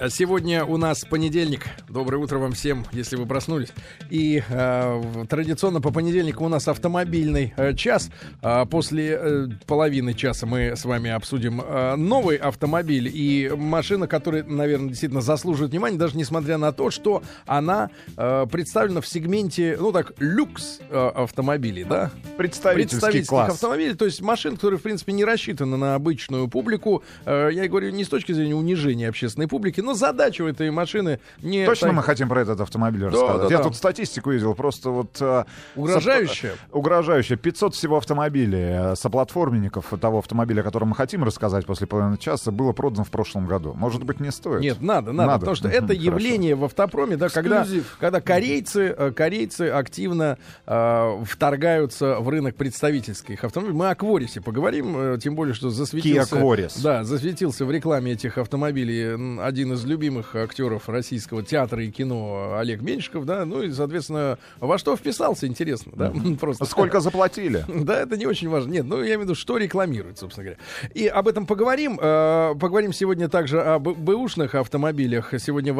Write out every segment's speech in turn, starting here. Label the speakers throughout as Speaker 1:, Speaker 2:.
Speaker 1: А Сегодня у нас понедельник. Доброе утро вам всем, если вы проснулись. И э, традиционно по понедельнику у нас автомобильный э, час. А после э, половины часа мы с вами обсудим э, новый автомобиль и машина, которая, наверное, действительно заслуживает внимания, даже несмотря на то, что она э, представлена в сегменте, ну так, люкс э, автомобилей, да?
Speaker 2: Представительский,
Speaker 1: представительских
Speaker 2: класс.
Speaker 1: автомобилей, то есть машин, которые, в принципе, не рассчитаны на обычную публику. Э, Я говорю не с точки зрения унижения общественной публики, но задача у этой машины не
Speaker 2: Точно
Speaker 1: так
Speaker 2: мы хотим про этот автомобиль рассказать?
Speaker 1: да,
Speaker 2: Я
Speaker 1: да.
Speaker 2: тут статистику видел, просто вот... э,
Speaker 1: угрожающая.
Speaker 2: со- Угрожающе. 500 всего автомобилей э, соплатформенников того автомобиля, о котором мы хотим рассказать после половины часа, было продано в прошлом году. Может быть, не стоит?
Speaker 1: Нет, надо, надо,
Speaker 2: Надо.
Speaker 1: потому что
Speaker 2: Мгм,
Speaker 1: это
Speaker 2: хорошо.
Speaker 1: явление в автопроме, да, когда,
Speaker 3: Эксклюзив.
Speaker 1: когда корейцы, э, корейцы активно э, вторгаются в рынок представительских автомобилей. Мы о Кворисе поговорим, э, тем более, что засветился...
Speaker 2: Kia Quaris.
Speaker 1: Да, засветился в рекламе этих автомобилей м, один из любимых актеров российского театра и кино э, Олег Меньшиков, да, ну и, соответственно, во что вписался, интересно, да, просто...
Speaker 2: Сколько заплатили?
Speaker 1: Да, это не очень важно. Нет, ну я имею в виду, что рекламирует, собственно говоря. И об этом поговорим. Э, Поговорим сегодня также о б- бэушных автомобилях. Сегодня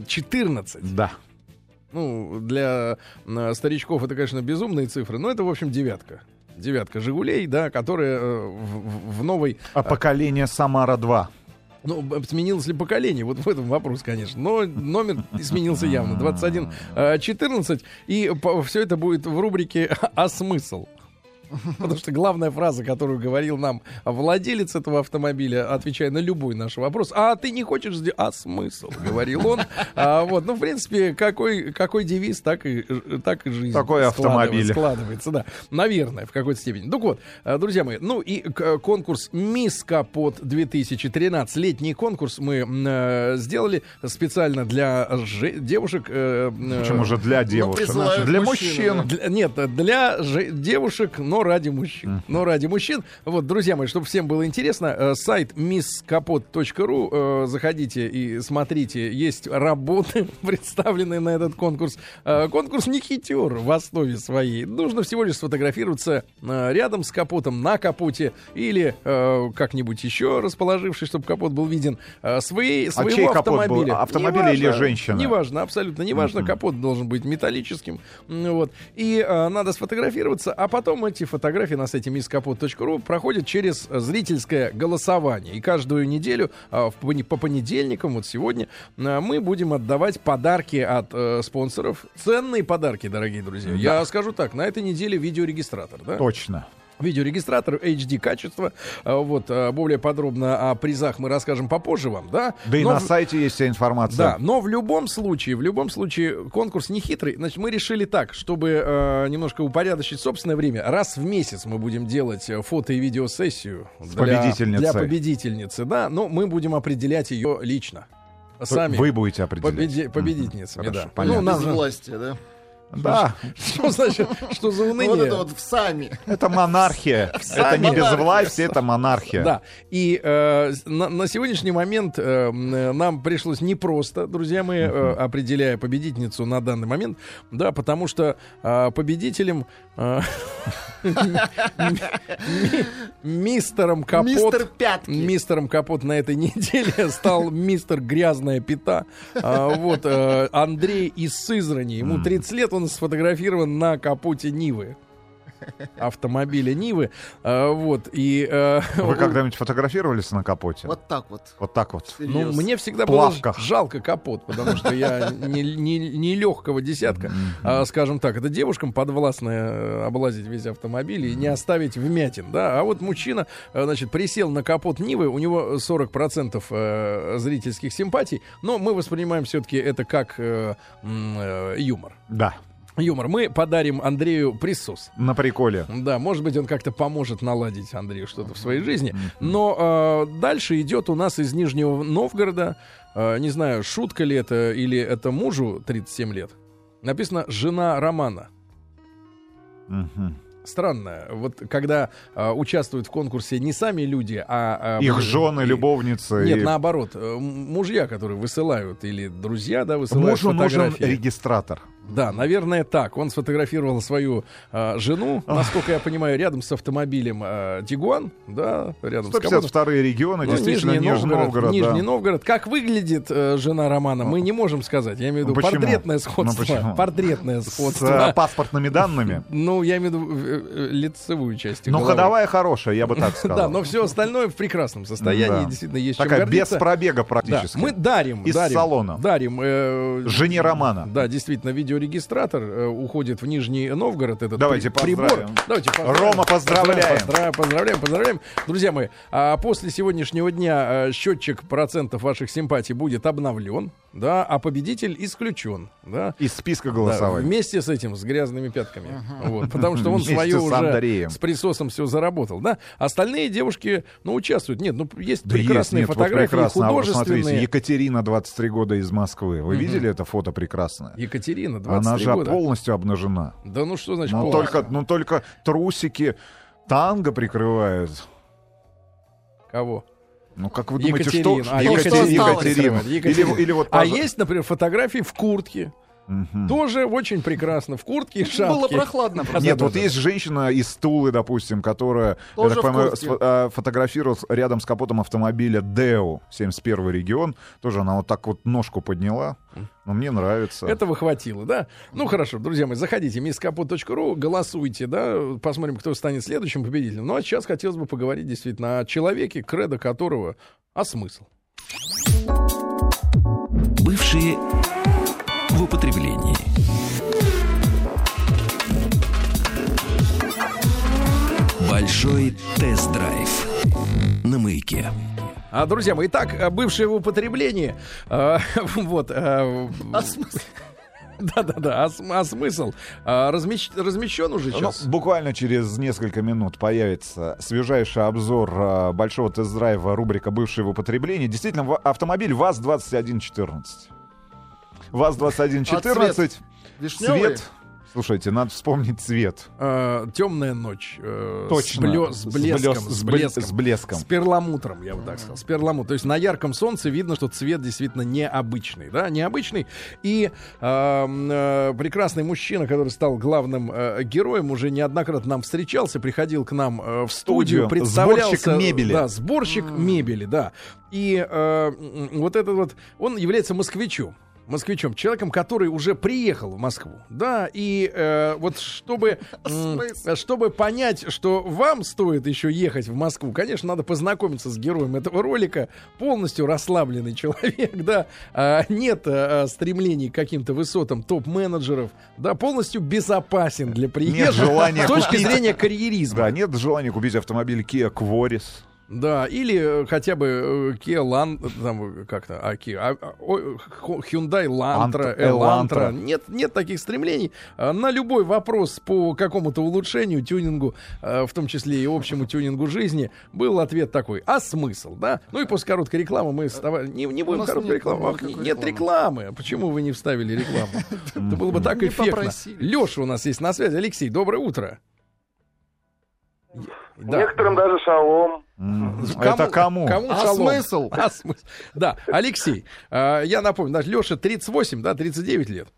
Speaker 1: ВАЗ-2114.
Speaker 2: Да.
Speaker 1: Ну, для э, старичков это, конечно, безумные цифры, но это, в общем, девятка. Девятка Жигулей, да, которая э, в, в- в новой...
Speaker 2: А поколение Самара-2.
Speaker 1: Ну, б- сменилось ли поколение? Вот в этом вопрос, конечно. Но номер изменился явно. 2114. И все это будет в рубрике «А смысл?». Потому что главная фраза, которую говорил нам владелец этого автомобиля, отвечая на любой наш вопрос, а ты не хочешь сделать, а смысл, говорил он. А, вот, ну, в принципе, какой, какой девиз, так и, э, так и жизнь.
Speaker 2: Такой автомобиль.
Speaker 1: Складывается, да. Наверное, в какой-то степени. Так вот, э, друзья мои, ну и к- конкурс «Мисс Капот 2013». Летний конкурс мы м, э, сделали специально для же- девушек. э, э,
Speaker 2: Почему же для девушек?
Speaker 3: присылают
Speaker 2: Для
Speaker 3: мужчин,
Speaker 2: мужчин.
Speaker 1: для- нет, для же- девушек, но ради мужчин. Но ради мужчин. Вот, друзья мои, чтобы всем было интересно, э, сайт misskapot.ru, э, заходите и смотрите, есть работы, представленные на этот конкурс. Э, конкурс не хитер в основе своей. Нужно всего лишь сфотографироваться э, рядом с капотом, на капоте или э, как-нибудь еще расположившись, чтобы капот был виден. Э, свои, своего
Speaker 2: А чей капот был?
Speaker 1: автомобиля.
Speaker 2: Автомобиля или
Speaker 1: Неважно,
Speaker 2: женщины?
Speaker 1: неважно важно, абсолютно неважно,
Speaker 2: Мгм.
Speaker 1: капот должен быть металлическим, м, вот, и э, надо сфотографироваться, а потом эти фотографии на сайте misskapot.ru проходят через э, зрительское голосование, и каждую неделю э, в пони- по понедельникам, вот сегодня, э, мы будем отдавать подарки от э, спонсоров, ценные подарки, дорогие друзья, я скажу так, на этой неделе видеорегистратор, да?
Speaker 2: Точно.
Speaker 1: Видеорегистратор HD качество. Э, Вот э, более подробно о призах мы расскажем попозже вам, да?
Speaker 2: Да и
Speaker 1: Но
Speaker 2: на
Speaker 1: Ну, в-
Speaker 2: сайте есть вся
Speaker 1: да,
Speaker 2: информация.
Speaker 1: но в любом случае, в любом случае, конкурс не хитрый. Значит, мы решили так, чтобы э, немножко упорядочить собственное время. Раз в месяц мы будем делать э, фото и видеосессию для,
Speaker 2: победительницей.
Speaker 1: для победительницы, да, но мы будем определять ее лично. Сами.
Speaker 2: Вы будете определять.
Speaker 1: победи- победителицами,
Speaker 2: Мгм. Хорошо,
Speaker 1: да.
Speaker 2: понятно.
Speaker 1: Ну, нам
Speaker 3: Без
Speaker 1: же-
Speaker 3: власти, да?
Speaker 2: Да,
Speaker 1: Что значит, что за
Speaker 3: Ну,
Speaker 1: уныние?
Speaker 3: вот это вот в сами.
Speaker 2: это монархия. Это не
Speaker 3: монархия.
Speaker 2: безвластие, это монархия.
Speaker 1: Да. И э, с- на, на сегодняшний момент э, м, э, нам пришлось непросто, друзья мои, э, определяя победительницу на данный момент, да, потому что э, победителем э, ми- ми- мистером Капот...
Speaker 3: Мистер Пятки.
Speaker 1: Мистером Капот на этой неделе стал мистер Грязная Пята. А, Вот э, Андрей из Сызрани. Ему 30 лет, он сфотографирован на капоте Нивы. Автомобиля Нивы. А, Вот, и... э,
Speaker 2: Вы
Speaker 1: у-
Speaker 2: когда-нибудь фотографировались на капоте?
Speaker 3: Вот так вот.
Speaker 2: Вот так вот.
Speaker 1: ну,
Speaker 3: Серьёз.
Speaker 1: мне всегда
Speaker 2: плавках.
Speaker 1: было ж- жалко капот, потому что я не, не- не легкого десятка.
Speaker 2: Мгм.
Speaker 1: А, скажем так, это девушкам подвластно э, облазить весь автомобиль и не оставить вмятин, да. А вот мужчина, э, значит, присел на капот Нивы, у него 40% э, зрительских симпатий, но мы воспринимаем все-таки это как э, м, э, юмор.
Speaker 2: Да,
Speaker 1: Юмор. Мы подарим Андрею присос.
Speaker 2: на приколе.
Speaker 1: Да, может быть, он как-то поможет наладить Андрею что-то в своей жизни. Но э, дальше идет у нас из Нижнего Новгорода. э, не знаю, шутка ли это или это мужу 37 лет. Написано «Жена Романа».
Speaker 2: Мгм.
Speaker 1: Странно, вот когда э, участвуют в конкурсе не сами люди, а... э,
Speaker 2: Их
Speaker 1: мужи-
Speaker 2: жены,
Speaker 1: и-
Speaker 2: любовницы.
Speaker 1: Нет,
Speaker 2: и-
Speaker 1: наоборот, э, м- мужья, которые высылают, или друзья, да, высылают
Speaker 2: Мужу нужен
Speaker 1: фотографии.
Speaker 2: регистратор.
Speaker 1: Да, наверное, так. Он сфотографировал свою э, жену, насколько я понимаю, рядом с автомобилем э, Тигуан, да, рядом с Камазом.
Speaker 2: 152 регионы,
Speaker 1: Ну,
Speaker 2: действительно,
Speaker 1: Нижний
Speaker 2: Нижний
Speaker 1: Новгород,
Speaker 2: Новгород. да.
Speaker 1: Нижний Новгород. Как выглядит э, жена Романа, мы не можем сказать. Я имею в виду
Speaker 2: Ну, почему?
Speaker 1: портретное
Speaker 2: Ну,
Speaker 1: сходство.
Speaker 2: почему?
Speaker 1: портретное
Speaker 2: С э,
Speaker 1: сходство.
Speaker 2: паспортными данными.
Speaker 1: Ну, я имею в виду э, э, лицевую часть.
Speaker 2: Ну,
Speaker 1: головы.
Speaker 2: ходовая хорошая, я бы так сказал.
Speaker 1: Типа Да, но все остальное в прекрасном состоянии.
Speaker 2: Да.
Speaker 1: Действительно, есть чем
Speaker 2: Такая без
Speaker 1: гордиться.
Speaker 2: пробега
Speaker 1: Да,
Speaker 2: практически.
Speaker 1: мы дарим.
Speaker 2: Из
Speaker 1: дарим,
Speaker 2: салона.
Speaker 1: Дарим. э,
Speaker 2: Жене Романа.
Speaker 1: Да, действительно, видеорегистратор э, уходит в Нижний Новгород. Этот
Speaker 2: Давайте
Speaker 1: при- прибор.
Speaker 2: поздравим.
Speaker 1: Давайте
Speaker 2: Рома, поздравляем.
Speaker 1: Поздравляем, поздравляем, поздравляем. Друзья мои, а после сегодняшнего дня э, счетчик процентов ваших симпатий будет обновлен, да, а победитель исключен, да.
Speaker 2: Из списка
Speaker 1: Да,
Speaker 2: голосования.
Speaker 1: вместе с этим, с грязными пятками. Вот, потому что он
Speaker 2: Вместе
Speaker 1: свое
Speaker 2: с
Speaker 1: уже
Speaker 2: Андреем.
Speaker 1: с присосом все заработал. Да? Остальные девушки ну, участвуют. Нет, ну есть
Speaker 2: Да есть,
Speaker 1: прекрасные
Speaker 2: нет, вот
Speaker 1: фотографии,
Speaker 2: прекрасно. А вот
Speaker 1: художественные.
Speaker 2: смотрите, Екатерина, 23 года из Москвы. Вы видели это фото прекрасное?
Speaker 1: Екатерина, 23
Speaker 2: Она же
Speaker 1: года.
Speaker 2: полностью обнажена.
Speaker 1: Да ну что значит
Speaker 2: Ну
Speaker 1: пол?
Speaker 2: только, ну только трусики танго прикрывают.
Speaker 1: Кого?
Speaker 2: Ну как вы думаете,
Speaker 1: Екатерина.
Speaker 2: что
Speaker 1: А,
Speaker 2: Екатерина,
Speaker 1: Екатерина.
Speaker 2: Екатерина.
Speaker 1: Екатерина.
Speaker 2: Или, или вот
Speaker 1: А
Speaker 2: пожа-
Speaker 1: есть, например, фотографии в куртке.
Speaker 2: Мгм.
Speaker 1: Тоже очень прекрасно. В куртке и шапке.
Speaker 3: Было прохладно. просто.
Speaker 2: Нет,
Speaker 1: да,
Speaker 2: вот
Speaker 1: да.
Speaker 2: есть женщина из Тулы, допустим, которая, я
Speaker 3: Тоже
Speaker 2: так
Speaker 3: в
Speaker 2: понимаю,
Speaker 3: куртке.
Speaker 2: сфо- э, фотографировалась рядом с капотом автомобиля Део, 71 регион. Тоже она вот так вот ножку подняла. Но мне нравится.
Speaker 1: Этого хватило, да? Ну хорошо, друзья мои, заходите misskaput.ru, голосуйте, да, посмотрим, кто станет следующим победителем. Ну а сейчас хотелось бы поговорить действительно о человеке, кредо которого, а смысл?
Speaker 4: Бывшие в употреблении. Большой тест-драйв на маяке.
Speaker 1: А, друзья мои, итак, э, бывшее в употреблении, э, вот, э,
Speaker 3: А смысл?
Speaker 1: да-да-да, а, см- а смысл А, размещ- размещен уже
Speaker 2: Ну,
Speaker 1: сейчас?
Speaker 2: буквально через несколько минут появится свежайший обзор э, большого тест-драйва рубрика «Бывшие в употреблении». Действительно, ва- автомобиль ВАЗ-2114.
Speaker 3: А
Speaker 2: ВАЗ-2114.
Speaker 3: цвет? Вишневый?
Speaker 2: Цвет. Слушайте, надо вспомнить цвет.
Speaker 1: темная ночь. э,
Speaker 2: Точно.
Speaker 1: С, блё- с блеском.
Speaker 2: блес-
Speaker 1: С,
Speaker 2: с бл-
Speaker 1: блеском.
Speaker 2: с блеском.
Speaker 1: С перламутром, я бы так сказал. С перламутром. То есть на ярком солнце видно, что цвет действительно необычный. Да, необычный. И эм, э, прекрасный мужчина, который стал главным э, героем, уже неоднократно нам встречался, приходил к нам э, в студию,
Speaker 2: Студию.
Speaker 1: представлялся.
Speaker 2: Сборщик мебели.
Speaker 1: Да, сборщик мебели, да. И э, м, вот этот вот, он является москвичом. Москвичом, человеком, который уже приехал в Москву, да, и э, вот чтобы, м,
Speaker 3: Смысл?
Speaker 1: чтобы понять, что вам стоит еще ехать в Москву, конечно, надо познакомиться с героем этого ролика, полностью расслабленный человек, да, а, нет э, стремлений к каким-то высотам топ-менеджеров, да, полностью безопасен для приезжих
Speaker 2: желания
Speaker 1: с точки
Speaker 2: купить.
Speaker 1: зрения карьеризма.
Speaker 2: Да, нет желания купить автомобиль Kia Quaris.
Speaker 1: Да, или э, хотя бы э, Kia Lan, э, там э, как-то, а Kia, а, а, ой, Хо- Hyundai Elantra,
Speaker 2: Ant-
Speaker 1: Elantra.
Speaker 2: Elantra.
Speaker 1: Нет, нет таких стремлений. А, На любой вопрос по какому-то улучшению, тюнингу, э, в том числе и общему тюнингу жизни, был ответ такой. А смысл, да? Ну и после короткой рекламы мы вставали. Не, не будем
Speaker 3: нас
Speaker 1: короткой
Speaker 3: нет
Speaker 1: рекламы. Ах,
Speaker 3: никакой
Speaker 1: нет рекламы. а Почему вы не вставили рекламу? Это было бы так
Speaker 3: Не
Speaker 1: эффектно.
Speaker 3: попросили.
Speaker 1: Леша у нас есть на связи. Алексей, доброе утро. Да.
Speaker 5: Некоторым даже шалом.
Speaker 2: М, Это кому?
Speaker 3: А
Speaker 1: шалом?
Speaker 3: смысл?
Speaker 1: А смысл? Да, Алексей, э, я напомню, наш Леша 38, да, 39 лет.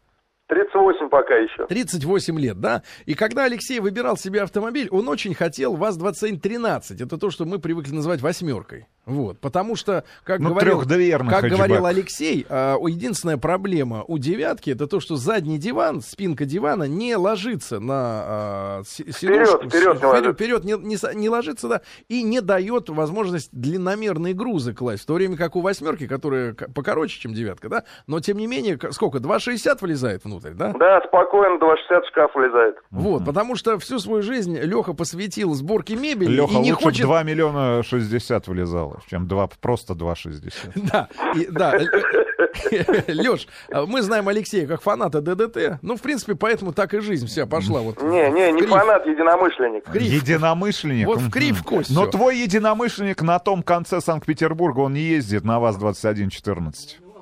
Speaker 5: 38 пока еще.
Speaker 1: 38 лет, да? И когда Алексей выбирал себе автомобиль, он очень хотел ВАЗ-2113. Это то, что мы привыкли называть восьмеркой. Вот, потому что, как
Speaker 2: Ну,
Speaker 1: говорил...
Speaker 2: трехдверный
Speaker 1: Как
Speaker 2: хэтчбэк.
Speaker 1: говорил Алексей, а, у- единственная проблема у девятки это то, что задний диван, спинка дивана не ложится на а, с- сидушку.
Speaker 5: вперед не
Speaker 1: вперед,
Speaker 5: ложится.
Speaker 1: вперед не, не со- не ложится, да, и не дает возможность длинномерные грузы класть. В то время как у восьмерки, которая к- покороче, чем девятка, да, но тем не менее, к- сколько, 2,60 влезает внутрь, да?
Speaker 5: Да, спокойно 260 в шкаф влезает.
Speaker 1: Вот, потому что всю свою жизнь Леха посвятил сборке мебели
Speaker 2: Леха,
Speaker 1: и не
Speaker 2: лучше
Speaker 1: хочет.
Speaker 2: 2 миллиона 60 влезало, чем 2, просто 2,60.
Speaker 1: Да, и- да. Леш, мы знаем Алексея как фаната ДДТ. Ну, в принципе, поэтому так и жизнь вся пошла. Вот
Speaker 5: Не, не, не
Speaker 1: Криф.
Speaker 5: фанат, единомышленник.
Speaker 1: Криф.
Speaker 2: Единомышленник.
Speaker 1: Вот в
Speaker 2: Мгм.
Speaker 1: кривь кость
Speaker 2: Но
Speaker 1: всё.
Speaker 2: твой единомышленник на том конце Санкт-Петербурга, он не ездит на ВАЗ-2114.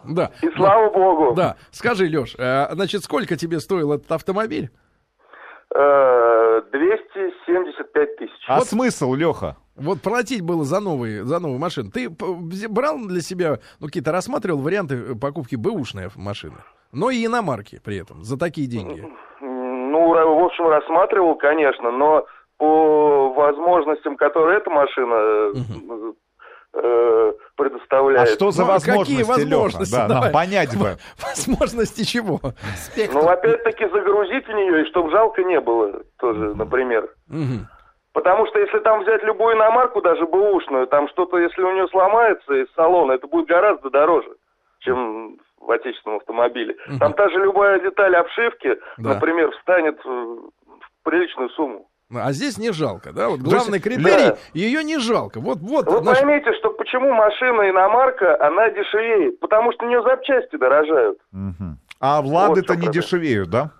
Speaker 1: да.
Speaker 5: И слава богу.
Speaker 1: Да. Скажи, Леш, значит, сколько тебе стоил этот автомобиль?
Speaker 5: Э, 275 тысяч.
Speaker 2: А смысл, Леха?
Speaker 1: Вот платить было за новые, за новую машину. Ты п- взе- брал для себя, ну, какие-то рассматривал варианты э, покупки бэушной машины? но и иномарки при этом за такие деньги.
Speaker 5: Ну, ра- в общем, рассматривал, конечно, но по возможностям, которые эта машина э, э,
Speaker 2: А
Speaker 5: предоставляет.
Speaker 2: что за
Speaker 1: Ну, а какие
Speaker 2: возможности, Лёха?
Speaker 1: возможности?
Speaker 2: Да, нам
Speaker 1: Давай.
Speaker 2: понять бы.
Speaker 1: Типа, Возможности чего? Спектр.
Speaker 5: Ну, опять-таки, загрузить в нее, и чтобы жалко не было тоже, например.
Speaker 1: Мгм.
Speaker 5: Потому что если там взять любую иномарку, даже бэушную, там что-то, если у нее сломается из салона, это будет гораздо дороже, чем в отечественном автомобиле. Там та же любая деталь обшивки,
Speaker 1: Да.
Speaker 5: например, встанет э, в приличную сумму.
Speaker 1: А здесь не жалко, да? Вот главный
Speaker 2: есть,
Speaker 1: критерий,
Speaker 5: да.
Speaker 1: ее не жалко. Вот, вот.
Speaker 5: Вы
Speaker 1: наш-
Speaker 5: поймите, что почему машина иномарка, она дешевеет? Потому что у нее запчасти дорожают.
Speaker 2: Мгм. А
Speaker 5: Вот в
Speaker 2: Влады-то
Speaker 5: чем
Speaker 2: не
Speaker 5: проблема.
Speaker 2: дешевеют, да?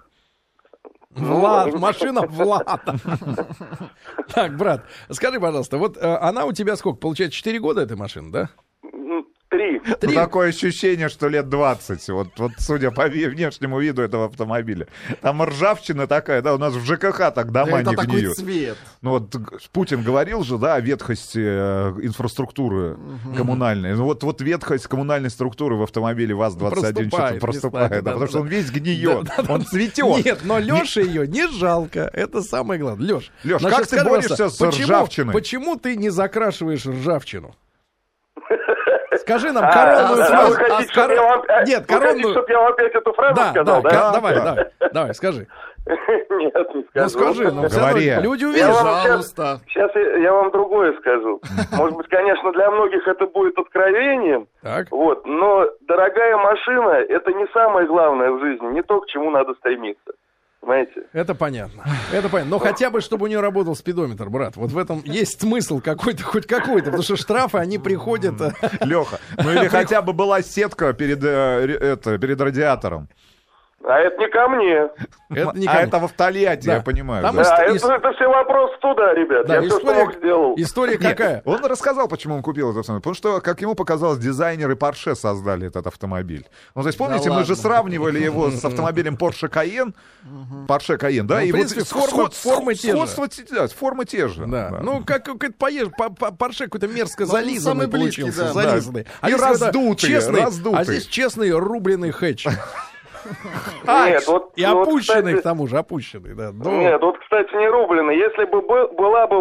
Speaker 1: Влад, машина Влада. Так, брат, скажи, пожалуйста, вот э, она у тебя сколько? Получается, 4 года эта машина, да?
Speaker 5: М, Три.
Speaker 2: Ну,
Speaker 1: Три.
Speaker 2: такое ощущение, что лет 20, вот, вот судя по ви- внешнему виду этого автомобиля. Там ржавчина такая, да, у нас в ЖКХ так дома
Speaker 3: это
Speaker 2: не
Speaker 3: такой
Speaker 2: гниют.
Speaker 3: цвет.
Speaker 2: Ну вот г- Путин говорил же, да, о ветхости э, инфраструктуры коммунальной. Ну вот, вот ветхость коммунальной структуры в автомобиле ВАЗ-21
Speaker 1: Ну, Проступает,
Speaker 2: проступает,
Speaker 1: не
Speaker 2: проступает
Speaker 1: знаю, да,
Speaker 2: да, потому что
Speaker 1: да.
Speaker 2: он весь гниет,
Speaker 1: Да, да,
Speaker 2: он
Speaker 1: да.
Speaker 2: цветет.
Speaker 1: Нет, но Леша ее не жалко. Это самое главное. Леш,
Speaker 2: Лёш, как ты борешься с ржавчиной?
Speaker 1: Почему ты не закрашиваешь ржавчину? Скажи нам
Speaker 5: А,
Speaker 1: коронную
Speaker 5: а, а
Speaker 1: фразу.
Speaker 5: вы хотите,
Speaker 1: А,
Speaker 5: чтобы
Speaker 1: кор-
Speaker 5: я вам, э,
Speaker 1: Нет,
Speaker 5: вы хотите,
Speaker 1: коронную...
Speaker 5: чтоб я вам опять эту фразу
Speaker 1: Да, да,
Speaker 5: сказал, да?
Speaker 1: да,
Speaker 2: да?
Speaker 1: давай,
Speaker 2: Да.
Speaker 1: давай, давай, скажи.
Speaker 5: Нет, не скажу.
Speaker 1: Ну скажи, ну всё равно
Speaker 2: Говори.
Speaker 1: люди
Speaker 5: Я
Speaker 1: увидят.
Speaker 5: вам сейчас-
Speaker 3: Пожалуйста.
Speaker 5: Сейчас я, я вам другое скажу. Может быть, конечно, для многих это будет откровением,
Speaker 1: Так.
Speaker 5: вот, но дорогая машина – это не самое главное в жизни, не то, к чему надо стремиться. Понимаете?
Speaker 1: Это понятно. Это понятно. Но хотя бы, чтобы у нее работал спидометр, брат. Вот в этом есть смысл какой-то, хоть какой-то. Потому что штрафы, они приходят... э,
Speaker 2: Леха, ну или хотя бы была сетка перед, э, ре- это, перед радиатором.
Speaker 5: А это не ко мне.
Speaker 1: Это не
Speaker 2: а
Speaker 1: ко мне.
Speaker 2: это во Втольятти,
Speaker 1: Да.
Speaker 2: я понимаю.
Speaker 1: Там
Speaker 2: да.
Speaker 1: и-
Speaker 5: Да,
Speaker 1: и-
Speaker 5: это, это все вопросы туда, ребят.
Speaker 1: Да,
Speaker 5: я все, что мог, сделал.
Speaker 1: история
Speaker 2: Нет,
Speaker 1: какая?
Speaker 2: Он рассказал, почему он купил этот автомобиль. Потому что, как ему показалось, дизайнеры Porsche создали этот автомобиль. Ну, то есть, помните, мы
Speaker 3: ладно.
Speaker 2: же сравнивали его с автомобилем Porsche Cayenne. Porsche Cayenne, да?
Speaker 1: Ну, в
Speaker 2: и вот
Speaker 1: принципе, формы-
Speaker 2: сход-
Speaker 1: формы те же.
Speaker 2: сходство те- да, формы те же.
Speaker 1: Да. Ну, как какой-то поешь, по, по- Порше какой-то мерзко
Speaker 3: Ну,
Speaker 1: зализанный
Speaker 3: самый близкий,
Speaker 1: получился.
Speaker 3: да.
Speaker 1: Зализанный.
Speaker 2: И
Speaker 1: здесь какой-то
Speaker 2: раздутый,
Speaker 1: честный,
Speaker 2: раздутый.
Speaker 1: А здесь честный рубленый хэтч.
Speaker 5: Нет, вот,
Speaker 1: И
Speaker 5: ну, вот,
Speaker 1: опущенный,
Speaker 5: кстати,
Speaker 1: к тому же, опущенный, да. Ну,
Speaker 5: Нет, вот, кстати, не рубленый. Если бы был- была бы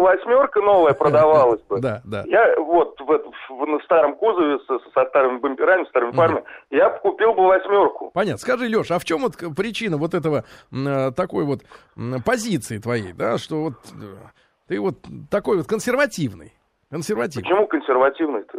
Speaker 5: восьмерка новая, продавалась бы.
Speaker 1: Да, да.
Speaker 5: Я вот в, этом- в- на старом кузове со, со старыми бамперами, старыми парами, я бы купил бы восьмерку.
Speaker 1: Понятно. Скажи, Леш, а в чем вот к- причина вот этого м, э, такой вот м, позиции твоей, да, что вот э, ты вот такой вот консервативный? Консервативный.
Speaker 5: Почему консервативный-то?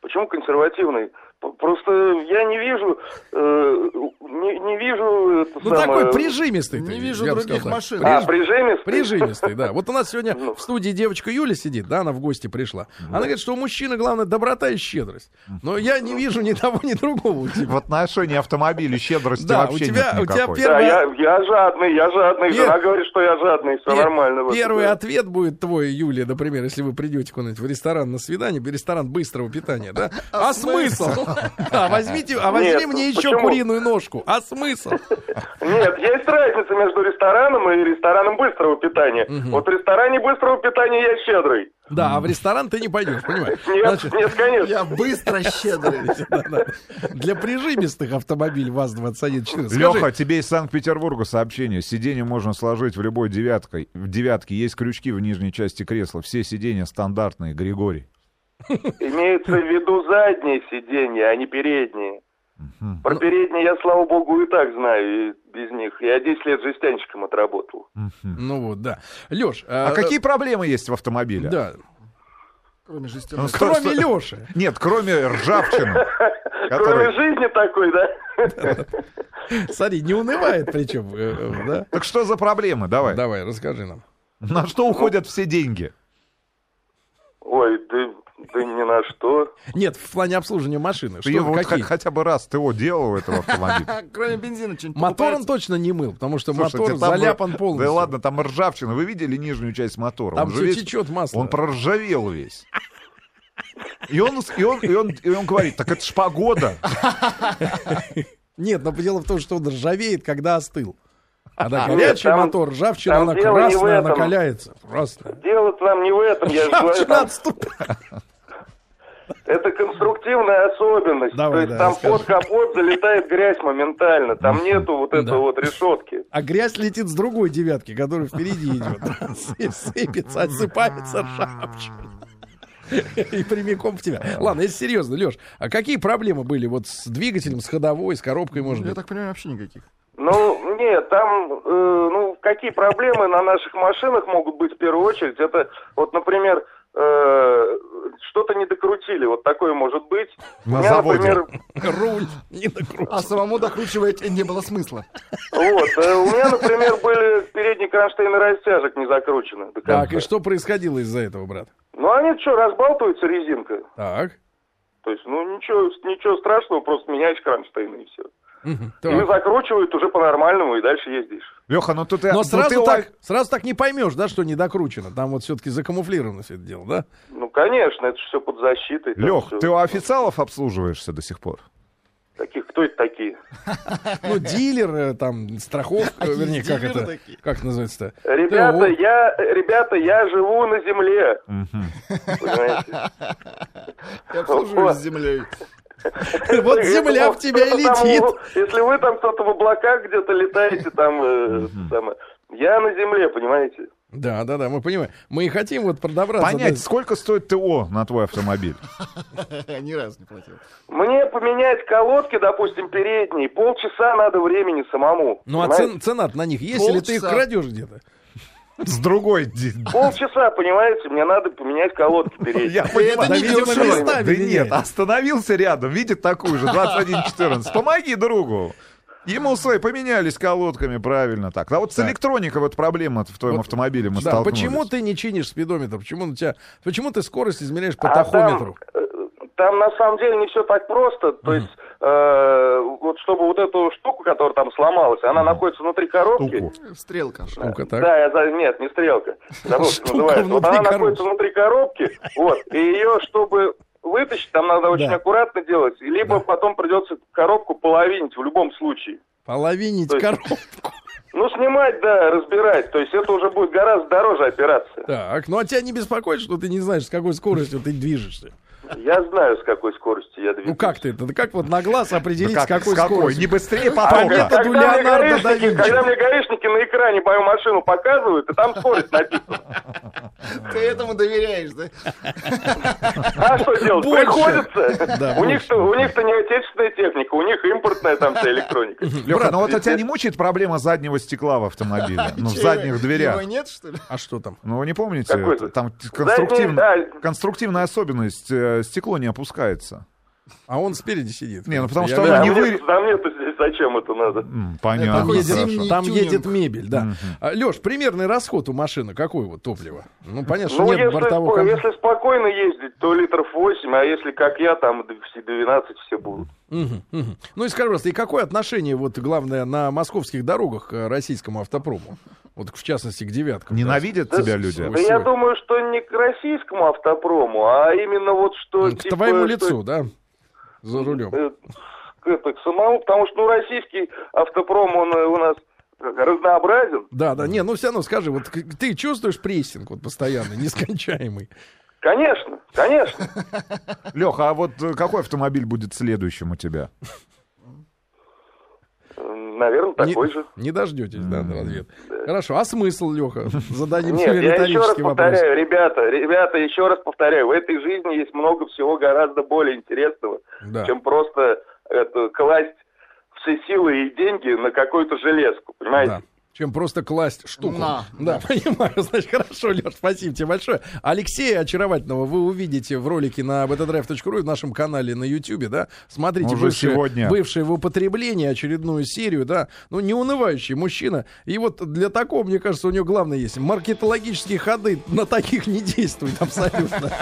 Speaker 5: Почему консервативный? П- Просто я не вижу, э, не, не вижу это
Speaker 1: Ну,
Speaker 5: самое-
Speaker 1: такой прижимистый. ты,
Speaker 3: Не вижу
Speaker 1: я бы
Speaker 3: других
Speaker 1: сказал так.
Speaker 3: машин.
Speaker 5: А, прижимистый?
Speaker 1: Прижимистый, да. Вот у нас сегодня
Speaker 5: Ну.
Speaker 1: в студии девочка Юля сидит, да, она в гости пришла. Она говорит, что у мужчины главное доброта и щедрость. Но я не вижу ни того, ни другого у тебя.
Speaker 2: В отношении автомобиля щедрости
Speaker 1: Да, у
Speaker 2: вообще
Speaker 1: тебя-
Speaker 2: нет
Speaker 1: у тебя
Speaker 2: никакой.
Speaker 1: пер-
Speaker 5: Да,
Speaker 1: Первое-
Speaker 5: я, я жадный, я жадный.
Speaker 1: Пер-
Speaker 5: Жена говорит, что я жадный, все
Speaker 1: Пе-
Speaker 5: нормально. в этом
Speaker 1: Первый
Speaker 5: деле.
Speaker 1: ответ будет твой, Юлия, например, если вы придете куда-нибудь в ресторан на свидание, ресторан быстрого питания, да? А смысл? Да, возьмите, а возьми
Speaker 5: Нет,
Speaker 1: мне еще
Speaker 5: почему?
Speaker 1: куриную ножку. А смысл?
Speaker 5: Нет, есть разница между рестораном и рестораном быстрого питания. Вот в ресторане быстрого питания я щедрый.
Speaker 1: Да, а в ресторан ты не пойдешь, понимаешь?
Speaker 5: Нет,
Speaker 1: Значит,
Speaker 5: нет, конечно.
Speaker 3: Я быстро щедрый.
Speaker 1: да-да. Для прижимистых автомобиль ВАЗ-2114.
Speaker 2: Леха,
Speaker 1: Скажи,
Speaker 2: тебе из Санкт-Петербурга сообщение. Сиденье можно сложить в любой девяткой. В девятке есть крючки в нижней части кресла. Все сиденья стандартные, Григорий.
Speaker 5: Имеется в виду задние сиденья, а не передние.
Speaker 1: Ну,
Speaker 5: Про передние я, слава богу, и так знаю и без них. Я 10 лет жестянщиком отработал.
Speaker 1: Ну вот, да. Леш,
Speaker 2: А какие проблемы есть в автомобиле?
Speaker 1: Да.
Speaker 3: Кроме
Speaker 2: Ну,
Speaker 3: жестяных.
Speaker 2: сто-
Speaker 1: Кроме
Speaker 2: сто-
Speaker 1: Леши.
Speaker 2: Нет, кроме ржавчины.
Speaker 5: Кроме
Speaker 2: которая-
Speaker 5: жизни такой, да?
Speaker 1: Смотри, не унывает причем, э, э, да?
Speaker 2: Так что за проблемы? Давай.
Speaker 1: Давай, расскажи нам.
Speaker 2: На что уходят все деньги?
Speaker 5: Ой, да, да ни на что.
Speaker 1: Нет, в плане обслуживания машины. Что,
Speaker 2: Ты вот
Speaker 1: какие?
Speaker 2: хо- хотя бы раз ты его делал в этом автомобиле.
Speaker 3: А, Кроме бензина что-нибудь
Speaker 1: Мотор он
Speaker 3: покупается?
Speaker 1: точно не мыл, потому что
Speaker 2: Слушайте,
Speaker 1: мотор
Speaker 2: там
Speaker 1: заляпан
Speaker 2: бы-
Speaker 1: полностью.
Speaker 2: Да ладно, там ржавчина. Вы видели нижнюю часть мотора?
Speaker 1: Там
Speaker 2: Он
Speaker 1: всё
Speaker 2: весь-
Speaker 1: течет масло.
Speaker 2: Он проржавел весь. И он, и, он, и, он, и он говорит, так это ж погода.
Speaker 1: Нет, но дело в том, что он ржавеет, когда остыл. А да,
Speaker 5: Нет,
Speaker 1: горячий
Speaker 5: там-
Speaker 1: мотор, ржавчина,
Speaker 5: там
Speaker 1: она
Speaker 5: дело не в
Speaker 1: красная,
Speaker 5: этом.
Speaker 1: накаляется. Красная.
Speaker 5: Дело там не в этом, я же говорю.
Speaker 1: Ржавчина
Speaker 5: Там,
Speaker 1: отступает.
Speaker 5: Это конструктивная особенность.
Speaker 1: Давай,
Speaker 5: То есть
Speaker 1: да,
Speaker 5: там
Speaker 1: расскажи. Ну,
Speaker 5: под капот залетает грязь моментально. Там нету вот этой
Speaker 1: Да.
Speaker 5: вот решетки.
Speaker 1: А грязь летит с другой девятки, которая впереди идет. Сы- Сыпется, осыпается ржавчина. И прямиком в тебя. Ладно, если серьезно, Леш, а какие проблемы были вот с двигателем, с ходовой, с коробкой, может
Speaker 3: Ну, Я
Speaker 1: быть?
Speaker 3: так понимаю, вообще никаких.
Speaker 5: Ну, нет, там, э, ну, какие проблемы на наших машинах могут быть в первую очередь? Это, вот, например, э, что-то не докрутили, вот такое может быть.
Speaker 2: На
Speaker 5: У меня,
Speaker 2: заводе.
Speaker 5: например,
Speaker 1: Руль не накрутил.
Speaker 3: А самому докручивать не было смысла.
Speaker 5: вот, э, у меня, например, были передние кронштейны растяжек не закручены до конца.
Speaker 1: Так, и что происходило из-за этого, брат?
Speaker 5: Ну, они что, разбалтываются резинка?
Speaker 1: Так.
Speaker 5: То есть, ну, ничего, ничего страшного, просто меняешь кронштейны и все.
Speaker 1: Мгм,
Speaker 5: Или
Speaker 1: так.
Speaker 5: закручивают уже по-нормальному и дальше ездишь.
Speaker 2: Леха, ну тут
Speaker 1: Но сразу так, сразу так не поймешь, да, что не докручено. Там вот все-таки закамуфлировано все это дело, да?
Speaker 5: Ну, конечно, это все под защитой. там
Speaker 2: Лех,
Speaker 5: всё.
Speaker 2: ты у официалов обслуживаешься до сих пор?
Speaker 5: Таких, кто это такие?
Speaker 1: Ну, дилер, э, там, страховка, э, вернее, как
Speaker 3: Дилеры
Speaker 1: это,
Speaker 3: такие.
Speaker 1: как называется-то?
Speaker 5: Ребята, я, ребята, я живу на земле. Понимаете?
Speaker 3: Я обслуживаюсь с землей.
Speaker 1: Вот
Speaker 5: Если
Speaker 1: земля
Speaker 5: вот
Speaker 1: в тебя и
Speaker 5: кто-то там,
Speaker 1: летит.
Speaker 5: ну, Если вы там кто-то в облаках где-то летаете, там, э, самое. я на земле, понимаете?
Speaker 1: Да, да, да, мы понимаем. Мы и хотим вот продобраться.
Speaker 2: Понять,
Speaker 1: да.
Speaker 2: сколько стоит ТО на твой автомобиль?
Speaker 3: Ни разу не платил.
Speaker 5: Мне поменять колодки, допустим, передние, полчаса надо времени самому.
Speaker 1: Ну а
Speaker 5: понимаете?
Speaker 1: цен, цена на них есть, или ты их
Speaker 3: Полчаса.
Speaker 1: крадешь где-то?
Speaker 2: С другой... ди-
Speaker 5: Полчаса, понимаете, мне надо поменять колодки передние.
Speaker 2: Я понимаю,
Speaker 3: это
Speaker 2: да,
Speaker 3: не
Speaker 2: видимо,
Speaker 3: дешево.
Speaker 2: не ставили,
Speaker 1: Да
Speaker 2: нет,
Speaker 1: нет.
Speaker 2: остановился рядом, видит такую же, 21.14. Помоги другу. Ему свои поменялись колодками, правильно так. А вот с электроникой вот проблема в твоем автомобиле мы
Speaker 1: Да,
Speaker 2: столкнулись.
Speaker 1: почему ты не чинишь спидометр? Почему у тебя, почему ты скорость измеряешь по
Speaker 5: А
Speaker 1: тахометру?
Speaker 5: Там, э, там на самом деле не все так просто. То есть, э, вот чтобы вот эту штуку, которая там сломалась, она находится внутри коробки.
Speaker 2: Штуку.
Speaker 3: Стрелка. же.
Speaker 1: Ну-ка так.
Speaker 5: Да, я за- нет, не стрелка. Забыл, как
Speaker 1: Штука
Speaker 5: называется. Вот
Speaker 1: внутри
Speaker 5: она
Speaker 1: коробки.
Speaker 5: находится внутри коробки, вот, и ее, чтобы вытащить, там надо очень
Speaker 1: Да.
Speaker 5: аккуратно делать, и либо потом придется коробку половинить в любом случае.
Speaker 1: Половинить
Speaker 5: То есть-
Speaker 1: коробку.
Speaker 5: Ну, снимать, да, разбирать. То есть это уже будет гораздо дороже операция.
Speaker 1: Так, ну а тебя не беспокоит, что ты не знаешь, с какой скоростью ты движешься?
Speaker 5: Я знаю, с какой скоростью я двигаюсь.
Speaker 1: Ну как ты это? Да Как вот на глаз
Speaker 2: Да
Speaker 1: определить,
Speaker 2: как-
Speaker 1: с какой
Speaker 2: Не
Speaker 1: скоростью?
Speaker 2: быстрее
Speaker 1: По
Speaker 2: потока.
Speaker 1: методу
Speaker 5: Когда мне,
Speaker 1: Леонардо да
Speaker 5: гаишники,
Speaker 1: Винчи.
Speaker 5: когда мне гаишники на экране мою машину показывают, и там скорость написана.
Speaker 3: Ты этому доверяешь, да?
Speaker 5: А что делать?
Speaker 1: Больше.
Speaker 5: Приходится.
Speaker 1: Да,
Speaker 5: у
Speaker 1: больше.
Speaker 5: них-то у них-то не отечественная техника, у них импортная там вся электроника.
Speaker 2: Леха,
Speaker 1: Брат,
Speaker 2: ну вот а тебя не мучает проблема заднего стекла в автомобиле? Ну, в
Speaker 3: Чего-
Speaker 2: задних
Speaker 3: Его
Speaker 2: дверях.
Speaker 3: нет, что ли?
Speaker 1: А что там?
Speaker 2: Ну, вы не помните?
Speaker 5: Какой
Speaker 2: это?
Speaker 5: же?
Speaker 2: Там т-
Speaker 5: Задние,
Speaker 2: конструктивно-
Speaker 5: да.
Speaker 2: конструктивная особенность. э, Стекло не опускается.
Speaker 1: А он спереди сидит.
Speaker 2: Не, ну потому
Speaker 1: Я
Speaker 2: что
Speaker 1: говорю,
Speaker 5: Да,
Speaker 2: не
Speaker 5: мне-
Speaker 2: выре-
Speaker 5: да мне-то здесь зачем это надо?
Speaker 2: М,
Speaker 1: Там
Speaker 2: Понятно.
Speaker 3: Такой
Speaker 1: едет,
Speaker 2: хорошо.
Speaker 3: зимний
Speaker 1: там
Speaker 3: тюнинг.
Speaker 1: едет мебель, да. Леш, примерный расход у машины какой вот топлива? Ну, понятно,
Speaker 5: Ну,
Speaker 1: что нет
Speaker 5: если,
Speaker 1: бортового...
Speaker 5: спо-
Speaker 1: кон-
Speaker 5: если спокойно ездить, то литров 8, а если как я, там д- все 12 все будут.
Speaker 1: Мгм, мгм. Ну и скажи, пожалуйста, и какое отношение, вот, главное, на московских дорогах к российскому автопрому? Вот, в частности, к девяткам. да?
Speaker 2: Ненавидят тебя люди?
Speaker 5: Да я думаю, что не к российскому автопрому, а именно вот что...
Speaker 1: Ну, К
Speaker 5: типа,
Speaker 1: твоему
Speaker 5: что-
Speaker 1: лицу, да? За рулем.
Speaker 5: э, к, это, к самому, потому что ну, российский автопром, он э, у нас как, разнообразен.
Speaker 1: Да, да, не, ну все равно скажи, вот к- ты чувствуешь прессинг вот постоянный, нескончаемый?
Speaker 5: Конечно, конечно.
Speaker 2: Леха, а вот э, какой автомобиль будет следующим у тебя?
Speaker 5: Наверное, Э, такой
Speaker 1: не,
Speaker 5: же.
Speaker 1: не дождетесь, да, на ответ. Хорошо, а смысл, Леха? Зададим
Speaker 5: Нет,
Speaker 1: тебе
Speaker 5: я еще раз
Speaker 1: риторический вопрос.
Speaker 5: повторяю, ребята, ребята, еще раз повторяю, в этой жизни есть много всего гораздо более интересного,
Speaker 1: Да.
Speaker 5: чем просто это, класть все силы и деньги на какую-то железку, понимаете?
Speaker 1: Да. Чем просто класть штуку.
Speaker 3: На.
Speaker 1: Да, понимаю. Значит, хорошо, Леш, спасибо тебе большое. Алексея Очаровательного вы увидите в ролике на btdrive.ru и в нашем канале на YouTube, да. Смотрите
Speaker 2: Уже
Speaker 1: бывшие,
Speaker 2: сегодня.
Speaker 1: бывшие в употреблении очередную серию, да. Ну, неунывающий мужчина. И вот для такого, мне кажется, у него главное есть. Маркетологические ходы на таких не действуют абсолютно.